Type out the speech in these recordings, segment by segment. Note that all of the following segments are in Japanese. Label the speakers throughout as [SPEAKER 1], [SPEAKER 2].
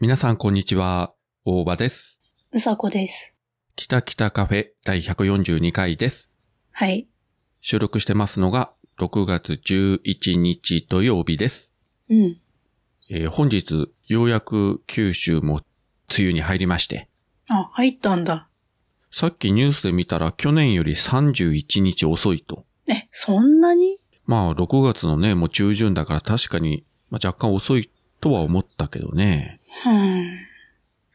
[SPEAKER 1] 皆さん、こんにちは。大場です。
[SPEAKER 2] うさこです。
[SPEAKER 1] 北北カフェ第142回です。
[SPEAKER 2] はい。
[SPEAKER 1] 収録してますのが、6月11日土曜日です。
[SPEAKER 2] うん。
[SPEAKER 1] えー本日、ようやく九州も梅雨に入りまして、
[SPEAKER 2] あ、入ったんだ。
[SPEAKER 1] さっきニュースで見たら去年より31日遅いと。
[SPEAKER 2] え、そんなに
[SPEAKER 1] まあ、6月のね、もう中旬だから確かに、まあ、若干遅いとは思ったけどね。
[SPEAKER 2] うん。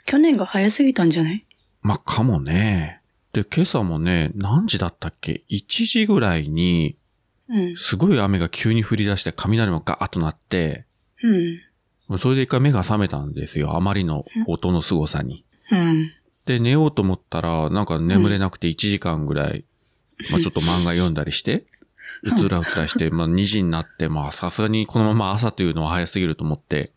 [SPEAKER 2] 去年が早すぎたんじゃない
[SPEAKER 1] まあ、かもね。で、今朝もね、何時だったっけ ?1 時ぐらいに、
[SPEAKER 2] うん。
[SPEAKER 1] すごい雨が急に降り出して雷もガーッとなって、
[SPEAKER 2] うん。
[SPEAKER 1] それで一回目が覚めたんですよ。あまりの音の凄さに。
[SPEAKER 2] うん。
[SPEAKER 1] で、寝ようと思ったら、なんか眠れなくて1時間ぐらい、まあちょっと漫画読んだりして、うつらうつらして、まあ2時になって、まあさすがにこのまま朝というのは早すぎると思って、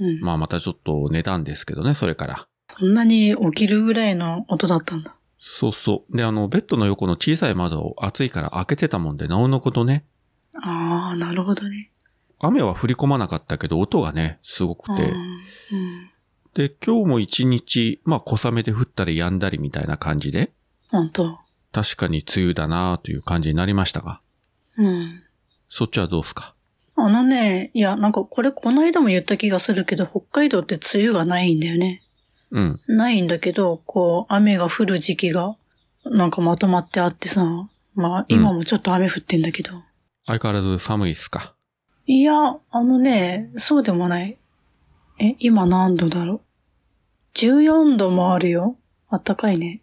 [SPEAKER 2] うん。
[SPEAKER 1] まあまたちょっと寝たんですけどね、それから。
[SPEAKER 2] そんなに起きるぐらいの音だったんだ。
[SPEAKER 1] そうそう。で、あの、ベッドの横の小さい窓を暑いから開けてたもんで、なおのことね、
[SPEAKER 2] ああ、なるほどね。
[SPEAKER 1] 雨は降り込まなかったけど、音がね、すごく
[SPEAKER 2] あ
[SPEAKER 1] て。
[SPEAKER 2] ーうん。
[SPEAKER 1] で、今日も一日、まあ、小雨で降ったり止んだりみたいな感じで、
[SPEAKER 2] ほんと。
[SPEAKER 1] 確かに梅雨だなという感じになりましたが、
[SPEAKER 2] うん。
[SPEAKER 1] そっちはどうすか
[SPEAKER 2] あのね、いや、なんかこれこの間も言った気がするけど、北海道って梅雨がないんだよね。
[SPEAKER 1] うん。
[SPEAKER 2] ないんだけど、こう、雨が降る時期が、なんかまとまってあってさ、まあ今もちょっと雨降ってんだけど。
[SPEAKER 1] 相変わらず寒いっすか
[SPEAKER 2] いや、あのね、そうでもない。え、今何度だろう ?14 度もあるよ。あったかいね。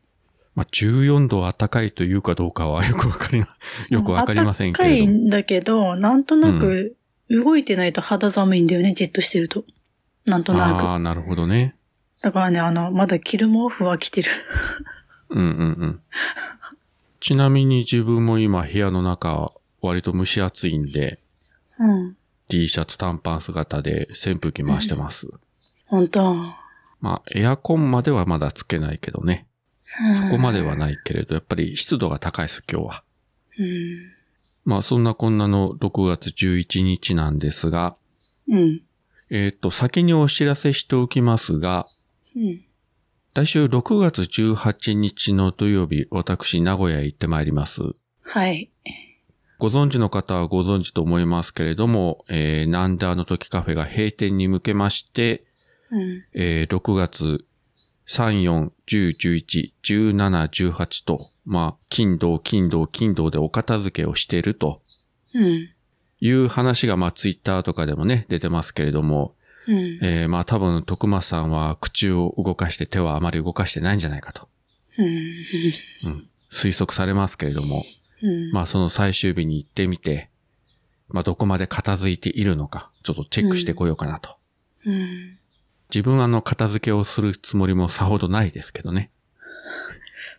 [SPEAKER 1] まあ、14度暖かいというかどうかはよくわかりな、よくわかりませんけれど
[SPEAKER 2] あった
[SPEAKER 1] も。
[SPEAKER 2] かいんだけど、なんとなく動いてないと肌寒いんだよね、じっとしてると。なんと
[SPEAKER 1] あ
[SPEAKER 2] な
[SPEAKER 1] あ、なるほどね。
[SPEAKER 2] く。だからね、あの、まだ着る毛布は着てる。
[SPEAKER 1] うんうんうん。ちなみに自分も今部屋の中、割と蒸し暑いんで、
[SPEAKER 2] うん。
[SPEAKER 1] T シャツ短パン姿で扇風機回してます。
[SPEAKER 2] ほんと。
[SPEAKER 1] まあ、エアコンまではまだつけないけどね。そこまでは
[SPEAKER 2] ね。
[SPEAKER 1] ないけれど、やっぱり湿度が高いです、今日は。
[SPEAKER 2] うん。
[SPEAKER 1] まあ、そんなこんなの6月11日なんですが、
[SPEAKER 2] うん。
[SPEAKER 1] えっ、と、先にお知らせしておきますが、
[SPEAKER 2] うん。
[SPEAKER 1] 来週6月18日の土曜日、私、名古屋へ行ってまいります。
[SPEAKER 2] はい。
[SPEAKER 1] ご存知の方はご存知と思いますけれども、えー、ナンダーの時カフェが閉店に向けまして、
[SPEAKER 2] うん。
[SPEAKER 1] えー6月3、4、10、11、17、18と、まあ、金土、金土、金土でお片付けをしていると
[SPEAKER 2] うん。
[SPEAKER 1] いう話が、まあ、ツイッターとかでもね、出てますけれども、
[SPEAKER 2] うん。
[SPEAKER 1] えーまあ、多分、徳間さんは口を動かして手はあまり動かしてないんじゃないかと、
[SPEAKER 2] うん。
[SPEAKER 1] うん、推測されますけれども、
[SPEAKER 2] うん。
[SPEAKER 1] まあ、その最終日に行ってみて、まあ、どこまで片付いているのか、ちょっとチェックしてこようかなと。
[SPEAKER 2] うん。
[SPEAKER 1] 自分はあの、片付けをするつもりもさほどないですけどね。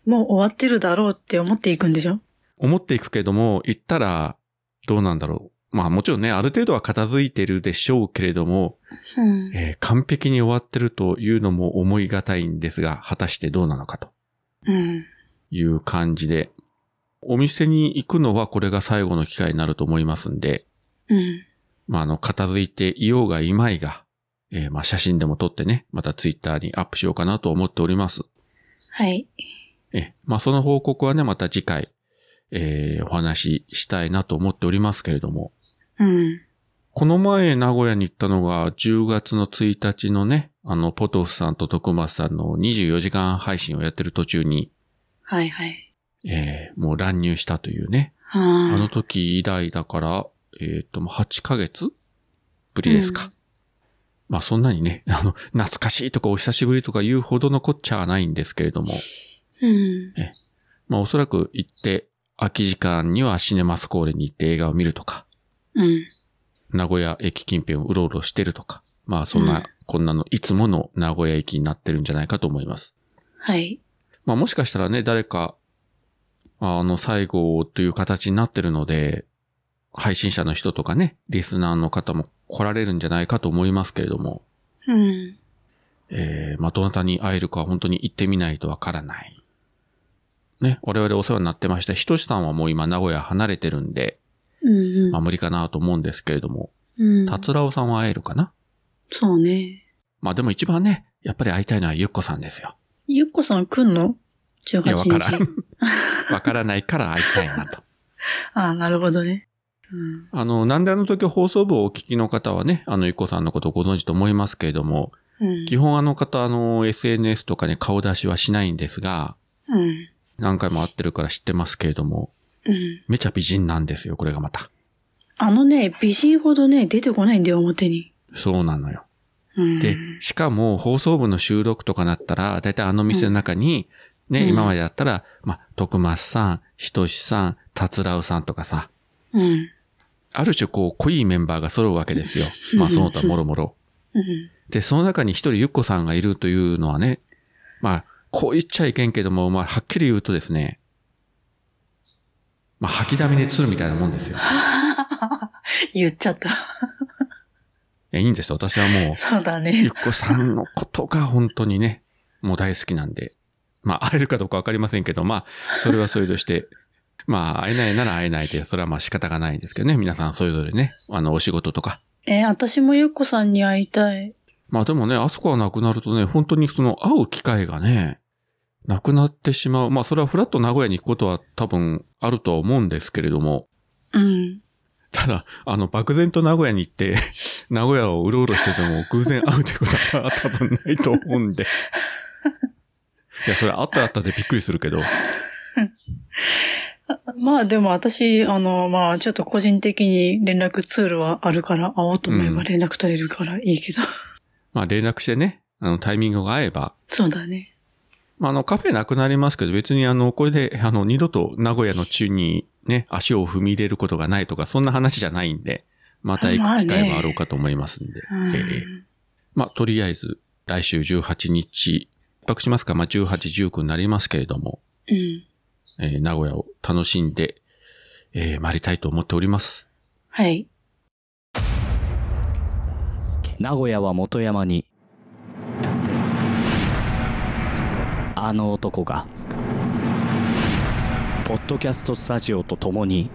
[SPEAKER 2] もう終わってるだろうって思っていくんでしょ
[SPEAKER 1] 思っていくけども、行ったら、どうなんだろう。まあもちろんね、ある程度は片付いてるでしょうけれども、
[SPEAKER 2] うん。
[SPEAKER 1] えー完璧に終わってるというのも思い難いんですが、果たしてどうなのかと
[SPEAKER 2] うん。
[SPEAKER 1] いう感じで、お店に行くのはこれが最後の機会になると思いますんで、
[SPEAKER 2] うん。
[SPEAKER 1] まああの、片付いていようがいまいが、えーまあ写真でも撮ってね、またツイッターにアップしようかなと思っております。
[SPEAKER 2] はい。
[SPEAKER 1] え、まあその報告はね、また次回、えーお話ししたいなと思っておりますけれども、
[SPEAKER 2] うん。
[SPEAKER 1] この前名古屋に行ったのが10月の1日のね、あの、ポトフさんと徳松さんの24時間配信をやってる途中に、
[SPEAKER 2] はいはい。
[SPEAKER 1] えーもう乱入したというね。
[SPEAKER 2] あ
[SPEAKER 1] あの
[SPEAKER 2] の
[SPEAKER 1] 時以来だから、えっ、と、もう8ヶ月ぶりですか。
[SPEAKER 2] うん
[SPEAKER 1] まあそんなにね、 あの、懐かしいとかお久しぶりとか言うほどのこっちゃないんですけれども、
[SPEAKER 2] うん。
[SPEAKER 1] まあおそらく行って、空き時間にはシネマスコーレに行って映画を見るとか、
[SPEAKER 2] うん。
[SPEAKER 1] 名古屋駅近辺をうろうろしてるとか、まあそんな、
[SPEAKER 2] うん
[SPEAKER 1] こんなのいつもの名古屋駅になってるんじゃないかと思います。
[SPEAKER 2] はい。
[SPEAKER 1] まあもしかしたらね、誰か、あの、最後という形になってるので、配信者の人とかね、リスナーの方も来られるんじゃないかと思いますけれども、
[SPEAKER 2] うん。
[SPEAKER 1] えー、まあどなたに会えるかは本当に行ってみないとわからない。ね、我々お世話になってました。ひとしさんはもう今名古屋離れてるんで、
[SPEAKER 2] うん。
[SPEAKER 1] まあ無理かなと思うんですけれども、
[SPEAKER 2] うん。
[SPEAKER 1] たつらおさんは会えるかな
[SPEAKER 2] そうね。
[SPEAKER 1] まあでも一番ね、やっぱり会いたいのはゆっこさんですよ。
[SPEAKER 2] ゆっこさん来んの ?18 日。
[SPEAKER 1] いや、わからん。わからないから会いたいなと。
[SPEAKER 2] ああ、なるほどね。うん。
[SPEAKER 1] あの、なんであの時放送部をお聞きの方はね、あの、ゆっこさんのことをご存知と思いますけれども、
[SPEAKER 2] うん。
[SPEAKER 1] 基本あの方、あの、SNS とかね、顔出しはしないんですが、
[SPEAKER 2] うん。
[SPEAKER 1] 何回も会ってるから知ってますけれども、
[SPEAKER 2] うん。
[SPEAKER 1] めちゃ美人なんですよ、これがまた。
[SPEAKER 2] あのね、美人ほどね、出てこないんだよ、表に。
[SPEAKER 1] そうなのよ。
[SPEAKER 2] うん。
[SPEAKER 1] で、しかも放送部の収録とかなったら、だいたいあの店の中に、ね、
[SPEAKER 2] うん
[SPEAKER 1] 今までだったら、まあ、徳松さん、ひとしさん、たつらうさんとかさ、
[SPEAKER 2] うん。
[SPEAKER 1] ある種こう、濃いメンバーが揃うわけですよ。まあ、その他もろもろ。
[SPEAKER 2] うん。
[SPEAKER 1] で、その中に一人ゆっこさんがいるというのはね、まあ、こう言っちゃいけんけども、まあ、はっきり言うとですね、まあ、吐きだめに鶴みたいなもんですよ。
[SPEAKER 2] 言っちゃった。
[SPEAKER 1] いやいいんですよ。私はもう、
[SPEAKER 2] そうだ
[SPEAKER 1] ゆ
[SPEAKER 2] ね
[SPEAKER 1] っ。こさんのことが本当にね、もう大好きなんで。まあ、会えるかどうかわかりませんけど、まあ、それはそれとして、まあ、会えないなら会えないで、それはまあ仕方がないんですけどね。皆さんそれぞれね、あの、お仕事とか。
[SPEAKER 2] えー私もゆっこさんに会いたい。
[SPEAKER 1] まあでもね、あそこがなくなるとね、本当にその会う機会がね、なくなってしまう。まあ、それはフラット名古屋に行くことは多分あるとは思うんですけれども、
[SPEAKER 2] うん。
[SPEAKER 1] ただ、あの、漠然と名古屋に行って、 名古屋をうろうろしてても偶然会うということは多分ないと思うんで。いや、それあったらあったでびっくりするけど。
[SPEAKER 2] まあでも私、あの、まあちょっと個人的に連絡ツールはあるから、会おうと思え
[SPEAKER 1] う
[SPEAKER 2] ば
[SPEAKER 1] ん
[SPEAKER 2] 連絡取れるからいいけど。
[SPEAKER 1] まあ連絡してね、あの、タイミングが合えば。
[SPEAKER 2] そうだね。
[SPEAKER 1] まああの、カフェなくなりますけど、別にあの、これで、あの、二度と名古屋の地にね、足を踏み入れることがないとか、そんな話じゃないんで、また行く機会はあろうかと思いますんで。
[SPEAKER 2] う
[SPEAKER 1] ええ
[SPEAKER 2] ん。
[SPEAKER 1] まあ、とりあえず、来週18日、一泊しますか、まあ、18、19になりますけれども、
[SPEAKER 2] うん。
[SPEAKER 1] えー名古屋を楽しんで、えー、参りたいと思っております。
[SPEAKER 2] はい。
[SPEAKER 3] 名古屋は元山にあの男がポッドキャストスタジオとともに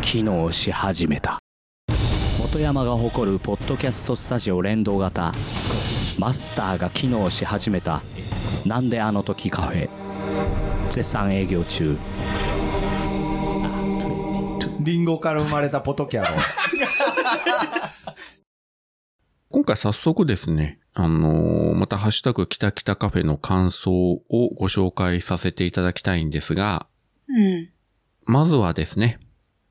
[SPEAKER 3] 機能し始めた元山が誇るポッドキャストスタジオ連動型マスターが機能し始めた「なんであの時カフェ」絶賛営業中
[SPEAKER 4] リンゴから生まれたポトキャロ。
[SPEAKER 1] 今回早速ですね、あのーまたハッシュタグキタキタカフェの感想をご紹介させていただきたいんですが、
[SPEAKER 2] うん。
[SPEAKER 1] まずはですね、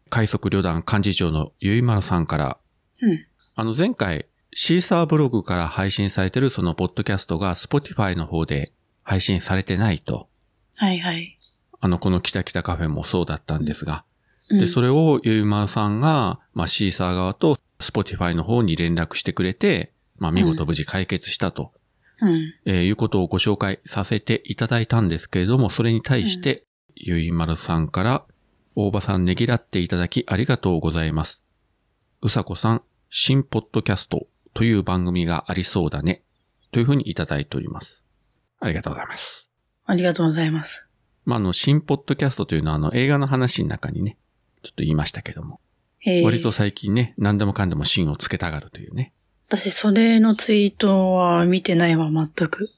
[SPEAKER 1] 快速旅団幹事長のゆいまるさんから、
[SPEAKER 2] うん
[SPEAKER 1] あの前回、シーサーブログから配信されてるそのポッドキャストが Spotify の方で配信されてないと、
[SPEAKER 2] はいはい。
[SPEAKER 1] あの、このキタキタカフェもそうだったんですが、
[SPEAKER 2] う
[SPEAKER 1] で、
[SPEAKER 2] ん、
[SPEAKER 1] それをゆいまるさんが、まあ、シーサー側と Spotify の方に連絡してくれて、まあ、見事無事解決したと、
[SPEAKER 2] うん。
[SPEAKER 1] えーいうことをご紹介させていただいたんですけれども、それに対して、ゆいまるさんから、大場さんねぎらっていただきありがとうございます。うさこさん、新ポッドキャストという番組がありそうだね。というふうにいただいております。ありがとうございます。
[SPEAKER 2] ありがとうございます。
[SPEAKER 1] まあ、あの、新ポッドキャストというのは、あの、映画の話の中にね、ちょっと言いましたけども。
[SPEAKER 2] えー、
[SPEAKER 1] 割と最近ね、何でもかんでも芯をつけたがるというね。
[SPEAKER 2] 私、それのツイートは見てないわ、全く。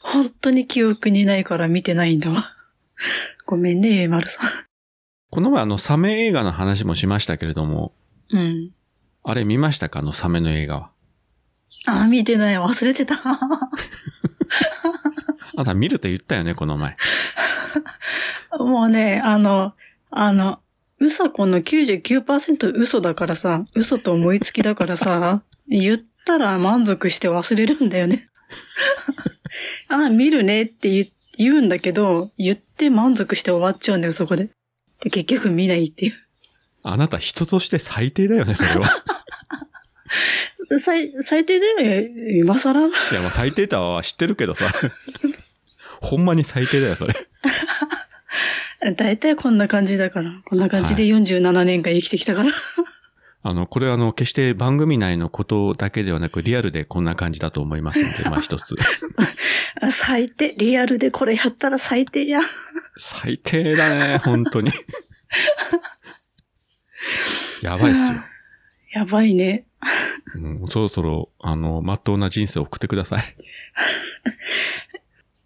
[SPEAKER 2] 本当に記憶にないから見てないんだわ。ごめんね、ゆいまるさ
[SPEAKER 1] この前あのサメ映画の話もしましたけれども、
[SPEAKER 2] ん。うん。
[SPEAKER 1] あれ見ましたかあのサメの映画は。
[SPEAKER 2] あ、見てない。忘れてた。
[SPEAKER 1] あなた見ると言ったよね、この前。
[SPEAKER 2] もうね、あの、あの、うさこの99%嘘だからさ、嘘と思いつきだからさ、 言ったら満足して忘れるんだよね。 あ、見るねって言う言うんだけど、言って満足して終わっちゃうんだよ、そこで。で、結局見ないっていう。
[SPEAKER 1] あなた人として最低だよね、それは。
[SPEAKER 2] 最、最低だよ、今更。
[SPEAKER 1] いや、まあ最低とは知ってるけどさ。ほんまに最低だよ、それ。
[SPEAKER 2] だいたいこんな感じだから。こんな感じで47年間生きてきたから。
[SPEAKER 1] あの、これはあの、決して番組内のことだけではなく、リアルでこんな感じだと思いますので、まあ一つ。
[SPEAKER 2] あ 最低、リアルでこれやったら最低や。
[SPEAKER 1] 最低だね、本当 に。やばいっすよ。
[SPEAKER 2] やばいね。
[SPEAKER 1] うんそろそろ、あの、まっとうな人生を送ってください。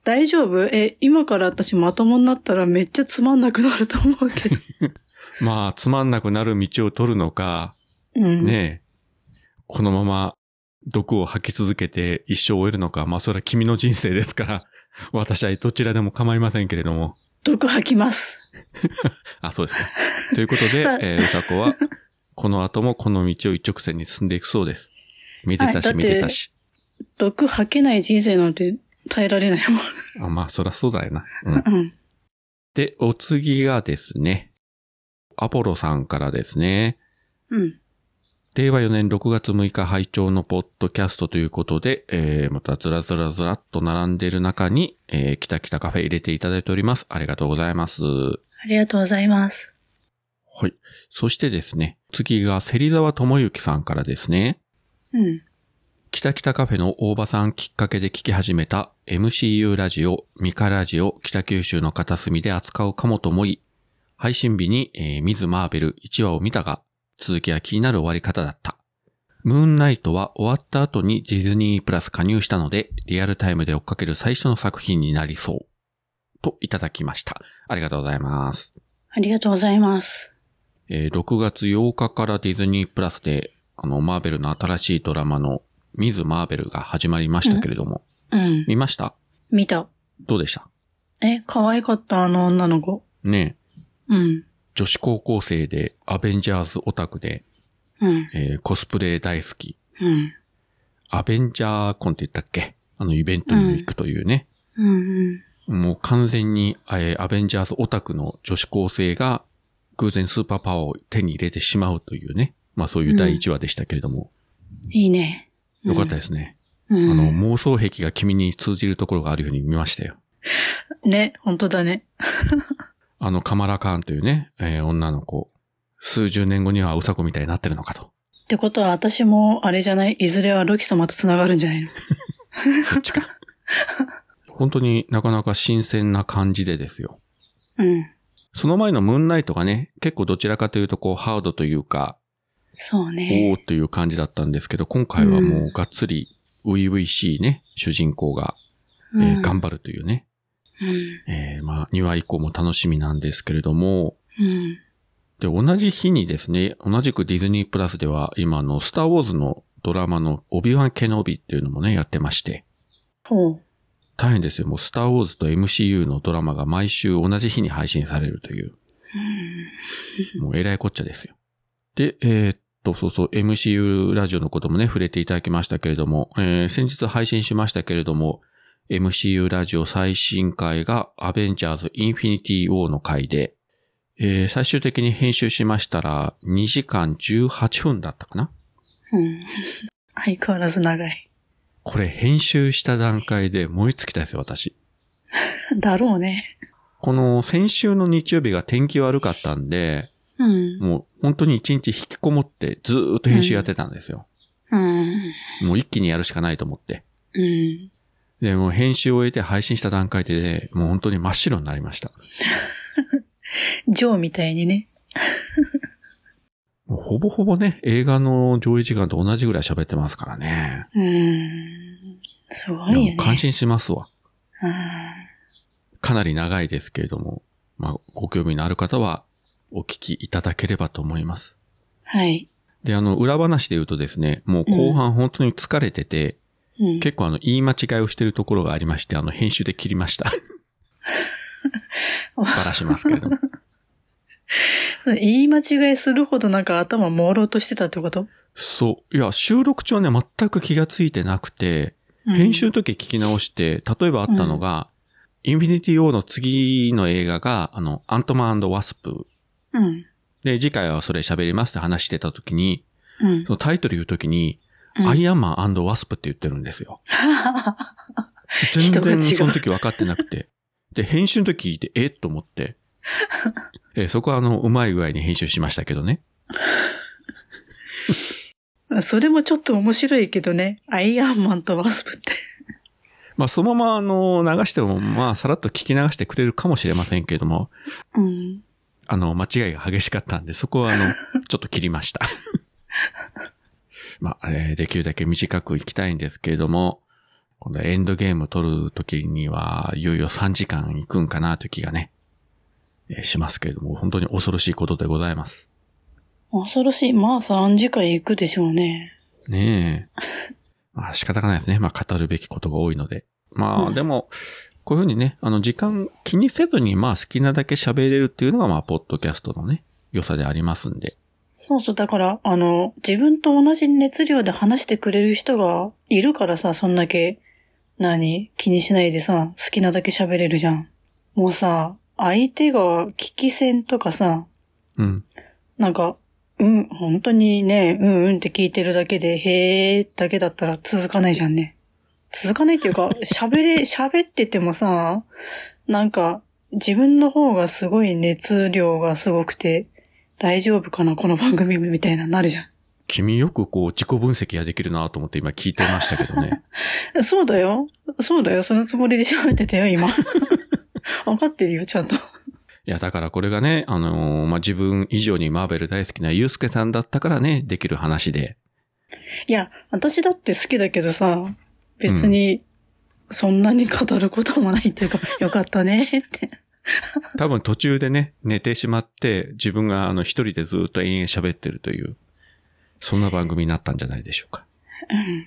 [SPEAKER 2] 大丈夫え、今から私まともになったらめっちゃつまんなくなると思 うけど。
[SPEAKER 1] まあ、つまんなくなる道を取るのか、
[SPEAKER 2] うん。
[SPEAKER 1] ねえ、このまま毒を吐き続けて一生終えるのか、まあ、それは君の人生ですから、 私はどちらでも構いませんけれども。
[SPEAKER 2] 毒吐きます。
[SPEAKER 1] あ、そう ですか。ということで、
[SPEAKER 2] はい
[SPEAKER 1] えーうさこは、この後もこの道を一直線に進んでいくそうです。見てたし、
[SPEAKER 2] はいだって
[SPEAKER 1] 見てたし。
[SPEAKER 2] 毒吐けない人生なんて耐えられないもん。
[SPEAKER 1] あまあ、そらそうだよな。うん。
[SPEAKER 2] うん。
[SPEAKER 1] で、お次がですね、アポロさんからですね、
[SPEAKER 2] うん。
[SPEAKER 1] 令和4年6月6日拝聴のポッドキャストということで、えー、またずらずらずらっと並んでいる中に、えー、きたきたカフェ入れていただいております。ありがとうございます。は
[SPEAKER 2] ありがとうございます。
[SPEAKER 1] い。そしてですね、次が芹沢智之さんからですね、
[SPEAKER 2] うん。
[SPEAKER 1] きたきたカフェの大場さんきっかけで聞き始めた MCU ラジオ、ミカラジオ、北九州の片隅で扱うかもと思い、配信日に、えー、ミズ・マーベル1話を見たが、続きは気になる終わり方だった。ムーンナイトは終わった後にディズニープラス加入したので、リアルタイムで追っかける最初の作品になりそう。といただきました。ありがとうございます。
[SPEAKER 2] ありがとうございます。
[SPEAKER 1] えー6月8日からディズニープラスで、あの、マーベルの新しいドラマの、ミズ・マーベルが始まりましたけれども、
[SPEAKER 2] うん。
[SPEAKER 1] 見ました
[SPEAKER 2] 見た。
[SPEAKER 1] どうでした
[SPEAKER 2] え、可愛かった、あの女の子。
[SPEAKER 1] ねえ
[SPEAKER 2] うん。
[SPEAKER 1] 女子高校生で、アベンジャーズオタクで、
[SPEAKER 2] うん。
[SPEAKER 1] えーコスプレ大好き、
[SPEAKER 2] うん。
[SPEAKER 1] アベンジャーコンって言ったっけあの、イベントに行くというね、
[SPEAKER 2] うん。
[SPEAKER 1] もう完全に、えーアベンジャーズオタクの女子高生が、偶然スーパーパワーを手に入れてしまうというね、まあそういう第1話でしたけれども、
[SPEAKER 2] いいね。
[SPEAKER 1] よかった
[SPEAKER 2] よ。
[SPEAKER 1] ですね。
[SPEAKER 2] うん。
[SPEAKER 1] あの、妄想癖が君に通じるところがあるように見ましたよ。
[SPEAKER 2] ね、本当だね。
[SPEAKER 1] あの、カマラカーンというね、えー女の子。数十年後にはうさこみたいになってるの かと。
[SPEAKER 2] ってことは、私も、あれじゃない、いずれはロキ様と繋がるんじゃないの
[SPEAKER 1] そっちか。本当になかなか新鮮な感じでですよ。
[SPEAKER 2] うん。
[SPEAKER 1] その前のムーンナイトがね、結構どちらかというとこうハードというか、
[SPEAKER 2] そう
[SPEAKER 1] お
[SPEAKER 2] ね。
[SPEAKER 1] ーという感じだったんですけど、今回はもうがっつり、ういういしいね、主人公が、えー
[SPEAKER 2] うん
[SPEAKER 1] 頑張るというね。
[SPEAKER 2] うん。
[SPEAKER 1] えーまあ、2話以降も楽しみなんですけれども、
[SPEAKER 2] うん。
[SPEAKER 1] で、同じ日にですね、同じくディズニープラスでは、今あの、スターウォーズのドラマのオビワン・ケノビっていうのもね、やってまして、
[SPEAKER 2] ほう。
[SPEAKER 1] 大変ですよ。もう、スターウォーズと MCU のドラマが毎週同じ日に配信されるという、
[SPEAKER 2] うん。
[SPEAKER 1] もう、えらいこっちゃですよ。で、えーっと、そうそう、MCU ラジオのこともね、触れていただきましたけれども、えー先日配信しましたけれども、MCU ラジオ最新回が、アベンジャーズ・インフィニティ・ウォーの回で、えー最終的に編集しましたら、2時間18分だったかな
[SPEAKER 2] うん。相変わらず長い。
[SPEAKER 1] これ編集した段階で燃え尽きたですよ、私。
[SPEAKER 2] だろうね。
[SPEAKER 1] この先週の日曜日が天気悪かったんで、
[SPEAKER 2] うん。
[SPEAKER 1] もう本当に1日引きこもってずーっと編集やってたんですよ。
[SPEAKER 2] うん。
[SPEAKER 1] もう一気にやるしかないと思って。
[SPEAKER 2] うん。
[SPEAKER 1] で、もう編集を終えて配信した段階で、もう本当に真っ白になりました。
[SPEAKER 2] ジョーみたいにね。
[SPEAKER 1] もうほぼほぼね、映画の上映時間と同じぐらい喋ってますからね。
[SPEAKER 2] うん。すご
[SPEAKER 1] い
[SPEAKER 2] いよ
[SPEAKER 1] や、も
[SPEAKER 2] ね
[SPEAKER 1] う。感心しますわ。
[SPEAKER 2] う
[SPEAKER 1] かなり長いですけれども、まあ、ご興味のある方はお聞きいただければと思います。
[SPEAKER 2] んはい。
[SPEAKER 1] で、あの、裏話で言うとですね、もう後半本当に疲れてて、
[SPEAKER 2] うん。
[SPEAKER 1] 結構あの、言い間違いをしてるところがありまして、あの、編集で切りま した。バラしますけれども。
[SPEAKER 2] そう言い間違いするほどなんか頭朦朧としてたってこと、
[SPEAKER 1] そう。いや、収録中はね、全く気がついてなくて、
[SPEAKER 2] うん
[SPEAKER 1] 編集の時聞き直して、例えばあったのが、インフィニティ・ウォーの次の映画が、あの、アントマンワスプ。
[SPEAKER 2] うん。
[SPEAKER 1] で、次回はそれ喋りますって話してた時に、
[SPEAKER 2] うん
[SPEAKER 1] そ。のタイトル言うときに、
[SPEAKER 2] うん
[SPEAKER 1] アイアンマンワスプって言ってるんですよ。全
[SPEAKER 2] 人が
[SPEAKER 1] 然
[SPEAKER 2] 違う
[SPEAKER 1] その時分かってなくて。で、編集の時聞いて、えっと思 って。えーそこはあの、うまい具合に編集しましたけどね。
[SPEAKER 2] それもちょっと面白いけどね。アイアンマンとワスプって。
[SPEAKER 1] まあ、そのままあの、流しても、まあ、さらっと聞き流してくれるかもしれませんけれども、
[SPEAKER 2] うん。
[SPEAKER 1] あの、間違いが激しかったんで、そこはあの、ちょっと切りました。 まあ、えーできるだけ短くいきたいんですけれども、このエンドゲーム撮るときには、いよいよ3時間いくんかなという気がね、えーしますけれども、本当に恐ろしいことでございます。
[SPEAKER 2] 恐ろしい。まあ3時間行くでしょうね。
[SPEAKER 1] ねえ。まあ仕方がないですね。まあ語るべきことが多いので。ま
[SPEAKER 2] う
[SPEAKER 1] あ
[SPEAKER 2] ん
[SPEAKER 1] でも、こういうふうにね、あの時間気にせずにまあ好きなだけ喋れるっていうのがまあポッドキャストのね、良さでありますんで。
[SPEAKER 2] そうそう。だから、あの、自分と同じ熱量で話してくれる人がいるからさ、そんだけ、何気にしないでさ、好きなだけ喋れるじゃん。もうさ、相手が聞き戦とかさ、
[SPEAKER 1] うん。
[SPEAKER 2] なんか、うん、本当にね、うんうんって聞いてるだけで、へーだけだったら続かないじゃんね。続かないっていう か、喋れ、喋っててもさ、なんか、自分の方がすごい熱量がすごくて、大丈夫かなこの番組みたいななるじゃ
[SPEAKER 1] 君よくこう自己分析ができるなと思って今聞いてましたけどね。
[SPEAKER 2] ん。そうだよ。そうだよ。そのつもりで喋ってたよ、 今。わかってるよ、ちゃんと。
[SPEAKER 1] いや、だからこれがね、あのーまあ、自分以上にマーベル大好きなユうスケさんだったからね、できる話で。
[SPEAKER 2] いや、私だって好きだけどさ、別に、そんなに語ることもないっていうか、よかったねって。
[SPEAKER 1] 多分途中でね、寝てしまって、自分があの一人でずっと延々喋ってるという、そんな番組になったんじゃないでしょうか。
[SPEAKER 2] うん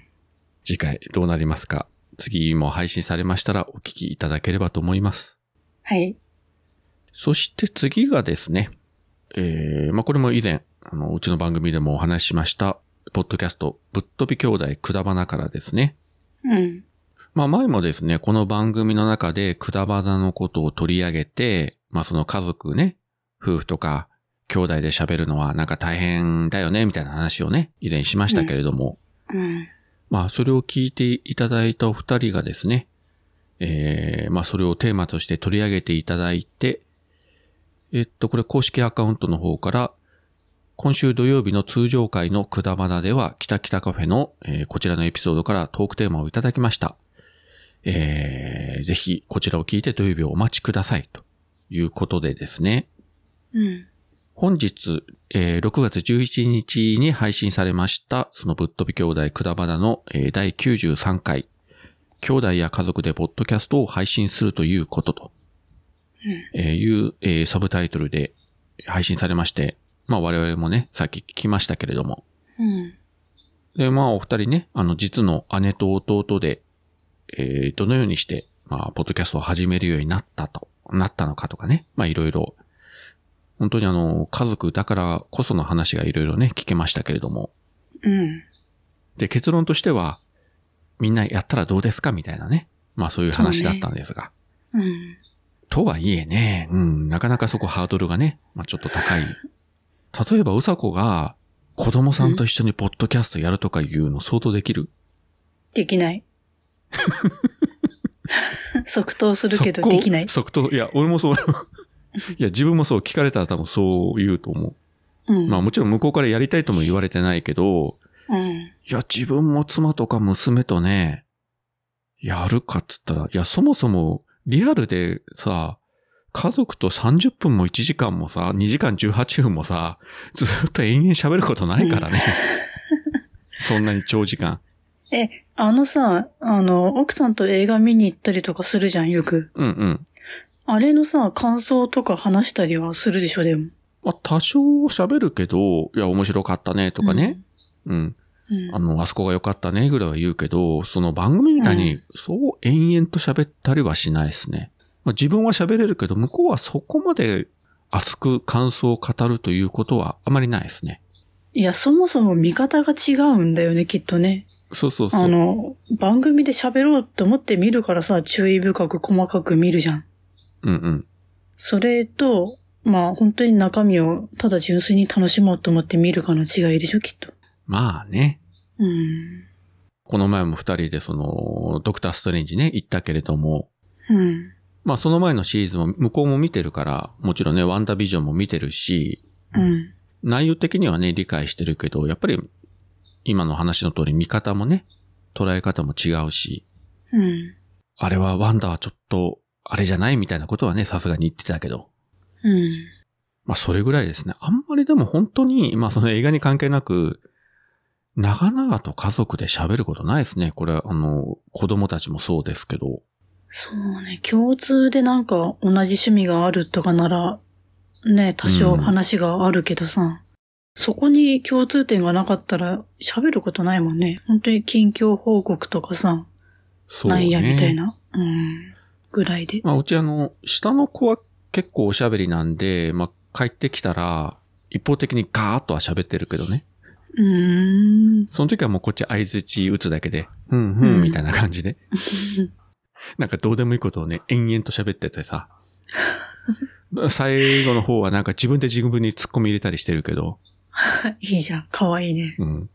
[SPEAKER 1] 次回どうなりますか次も配信されましたらお聞きいただければと思います。
[SPEAKER 2] はい。
[SPEAKER 1] そして次がですね、えー、まあ、これも以前、あの、うちの番組でもお話ししました、ポッドキャスト、ぶっ飛び兄弟くだばなからですね、
[SPEAKER 2] うん。
[SPEAKER 1] まあ前もですね、この番組の中でくだばなのことを取り上げて、まあその家族ね、夫婦とか兄弟で喋るのはなんか大変だよね、みたいな話をね、以前しましたけれども、
[SPEAKER 2] うん。
[SPEAKER 1] まあそれを聞いていただいたお二人がですね、えー、まあそれをテーマとして取り上げていただいて、えっと、これ公式アカウントの方から、今週土曜日の通常会のくだばなでは、北北カフェの、えーこちらのエピソードからトークテーマをいただきました。えー、ぜひこちらを聞いて土曜日をお待ちくださいということでですね。
[SPEAKER 2] うん。
[SPEAKER 1] 本日、えー6月11日に配信されました、そのぶっ飛び兄弟くだばなの、えー第93回、兄弟や家族でポッドキャストを配信するということと、えーいう、えーサブタイトルで配信されまして、まあ我々もね、さっき聞きましたけれども、
[SPEAKER 2] うん。
[SPEAKER 1] で、まあ、お二人ね、あの、実の姉と弟で、えーどのようにして、まあ、ポッドキャストを始めるようになったと、なったのかとかね、まあ、いろいろ、本当にあの、家族だからこその話がいろいろね、聞けましたけれども。
[SPEAKER 2] うん。
[SPEAKER 1] で、結論としては、みんなやったらどうですかみたいなね。まあ、そういう話だったんですが。
[SPEAKER 2] うん。
[SPEAKER 1] とはいえね、うん、なかなかそこハードルがね、まあ、ちょっと高い。例えば、うさこが、子供さんと一緒にポッドキャストやるとかいうの相当できる
[SPEAKER 2] できない。即答するけどできない。
[SPEAKER 1] 即答、即答いや、俺 もそう。いや、自分もそう、聞かれたら多分そう言うと思
[SPEAKER 2] うん。
[SPEAKER 1] う。まあもちろん向こうからやりたいとも言われてないけど、
[SPEAKER 2] うん。
[SPEAKER 1] いや、自分も妻とか娘とね、やるかっつったら、いや、そもそも、リアルでさ、家族と30分も1時間もさ、2時間18分もさ、ずっと延々喋ることないからね。そんなに長時間。
[SPEAKER 2] え、あのさ、あの、奥さんと映画見に行ったりとかするじゃん、よく。
[SPEAKER 1] うんうん。
[SPEAKER 2] あれのさ、感想とか話したりはするでしょ、でも。
[SPEAKER 1] まあ多少喋るけど、いや、面白かったね、とかね。うん。
[SPEAKER 2] うん。
[SPEAKER 1] あの、あそこが良かったねぐらいは言うけど、その番組みたいに、そう延々と喋ったりはしないですね。まあ、自分は喋れるけど、向こうはそこまで熱く感想を語るということはあまりないですね。
[SPEAKER 2] いや、そもそも見方が違うんだよね、きっとね。
[SPEAKER 1] そうそうそ
[SPEAKER 2] あ
[SPEAKER 1] う。
[SPEAKER 2] の、番組で喋ろうと思って見るからさ、注意深く細かく見るじゃん。
[SPEAKER 1] うんうん。
[SPEAKER 2] それと、まあ本当に中身をただ純粋に楽しもうと思って見るかの違いでしょ、きっと。
[SPEAKER 1] まあね。
[SPEAKER 2] うん。
[SPEAKER 1] この前も二人でその、ドクターストレンジね、行ったけれども、
[SPEAKER 2] うん。
[SPEAKER 1] まあその前のシリーズも向こうも見てるから、もちろんね、ワンダービジョンも見てるし、
[SPEAKER 2] うん。
[SPEAKER 1] 内容的にはね、理解してるけど、やっぱり今の話の通り見方もね、捉え方も違うし、
[SPEAKER 2] うん。
[SPEAKER 1] あれはワンダはちょっと、あれじゃないみたいなことはね、さすがに言ってたけど。
[SPEAKER 2] うん。
[SPEAKER 1] まあそれぐらいですね。あんまりでも本当に、まあその映画に関係なく、長々と家族で喋ることないですね。これ、あの、子供たちもそうですけど。
[SPEAKER 2] そうね。共通でなんか同じ趣味があるとかなら、ね、多少話があるけどさ、そこに共通点がなかったら喋ることないもんね。本当に近況報告とかさ、
[SPEAKER 1] そう、
[SPEAKER 2] な
[SPEAKER 1] ね。
[SPEAKER 2] んやみたいな。うん。ぐらいで。
[SPEAKER 1] まあ、うちあの、下の子は結構おしゃべりなんで、まあ、帰ってきたら、一方的にガーッとは喋ってるけどね。
[SPEAKER 2] うーん。
[SPEAKER 1] その時はもうこっち相づち打つだけで、うん
[SPEAKER 2] う
[SPEAKER 1] うん、
[SPEAKER 2] ん
[SPEAKER 1] みたいな感じで。 なんかどうでもいいことをね、延々と喋ってて さ。最後の方はなんか自分で自分に突っ込み入れたりしてるけど、
[SPEAKER 2] いいじゃん。かわいいね。
[SPEAKER 1] うん。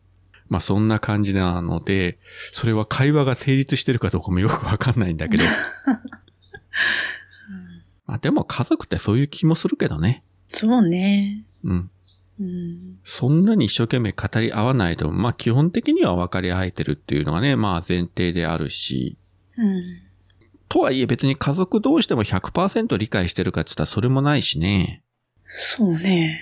[SPEAKER 1] まあそんな感じなので、それは会話が成立してるかどうかもよくわかんないんだ けど。まあでも家族ってそういう気もするけどね。
[SPEAKER 2] そうね。
[SPEAKER 1] うん。
[SPEAKER 2] うん。
[SPEAKER 1] そんなに一生懸命語り合わないでも、まあ基本的には分かり合えてるっていうのがね、まあ前提であるし、
[SPEAKER 2] うん。
[SPEAKER 1] とはいえ別に家族同士でも100%理解してるかって言ったらそれもないしね。
[SPEAKER 2] そうね。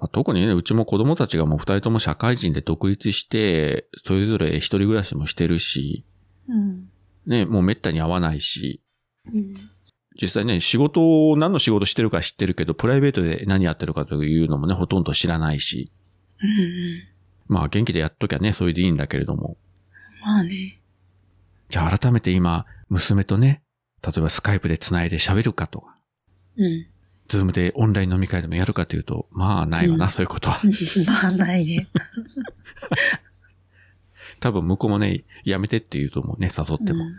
[SPEAKER 1] まあ、特にね、うちも子供たちがもう二人とも社会人で独立して、それぞれ一人暮らしもしてるし、
[SPEAKER 2] うん。
[SPEAKER 1] ね、もう滅多に会わないし、
[SPEAKER 2] うん。
[SPEAKER 1] 実際ね、仕事を、何の仕事してるか知ってるけど、プライベートで何やってるかというのもね、ほとんど知らないし、
[SPEAKER 2] うん。
[SPEAKER 1] まあ元気でやっときゃね、それでいいんだけれども。
[SPEAKER 2] まあね。
[SPEAKER 1] じゃあ改めて今、娘とね、例えばスカイプで繋いで喋るかとか、
[SPEAKER 2] うん。
[SPEAKER 1] ズームでオンライン飲み会でもやるかというと、まあないわな、
[SPEAKER 2] うん
[SPEAKER 1] そういうことは。
[SPEAKER 2] まあないね。
[SPEAKER 1] 多分向こうもね、やめてって言うと思うね、誘っても。
[SPEAKER 2] うん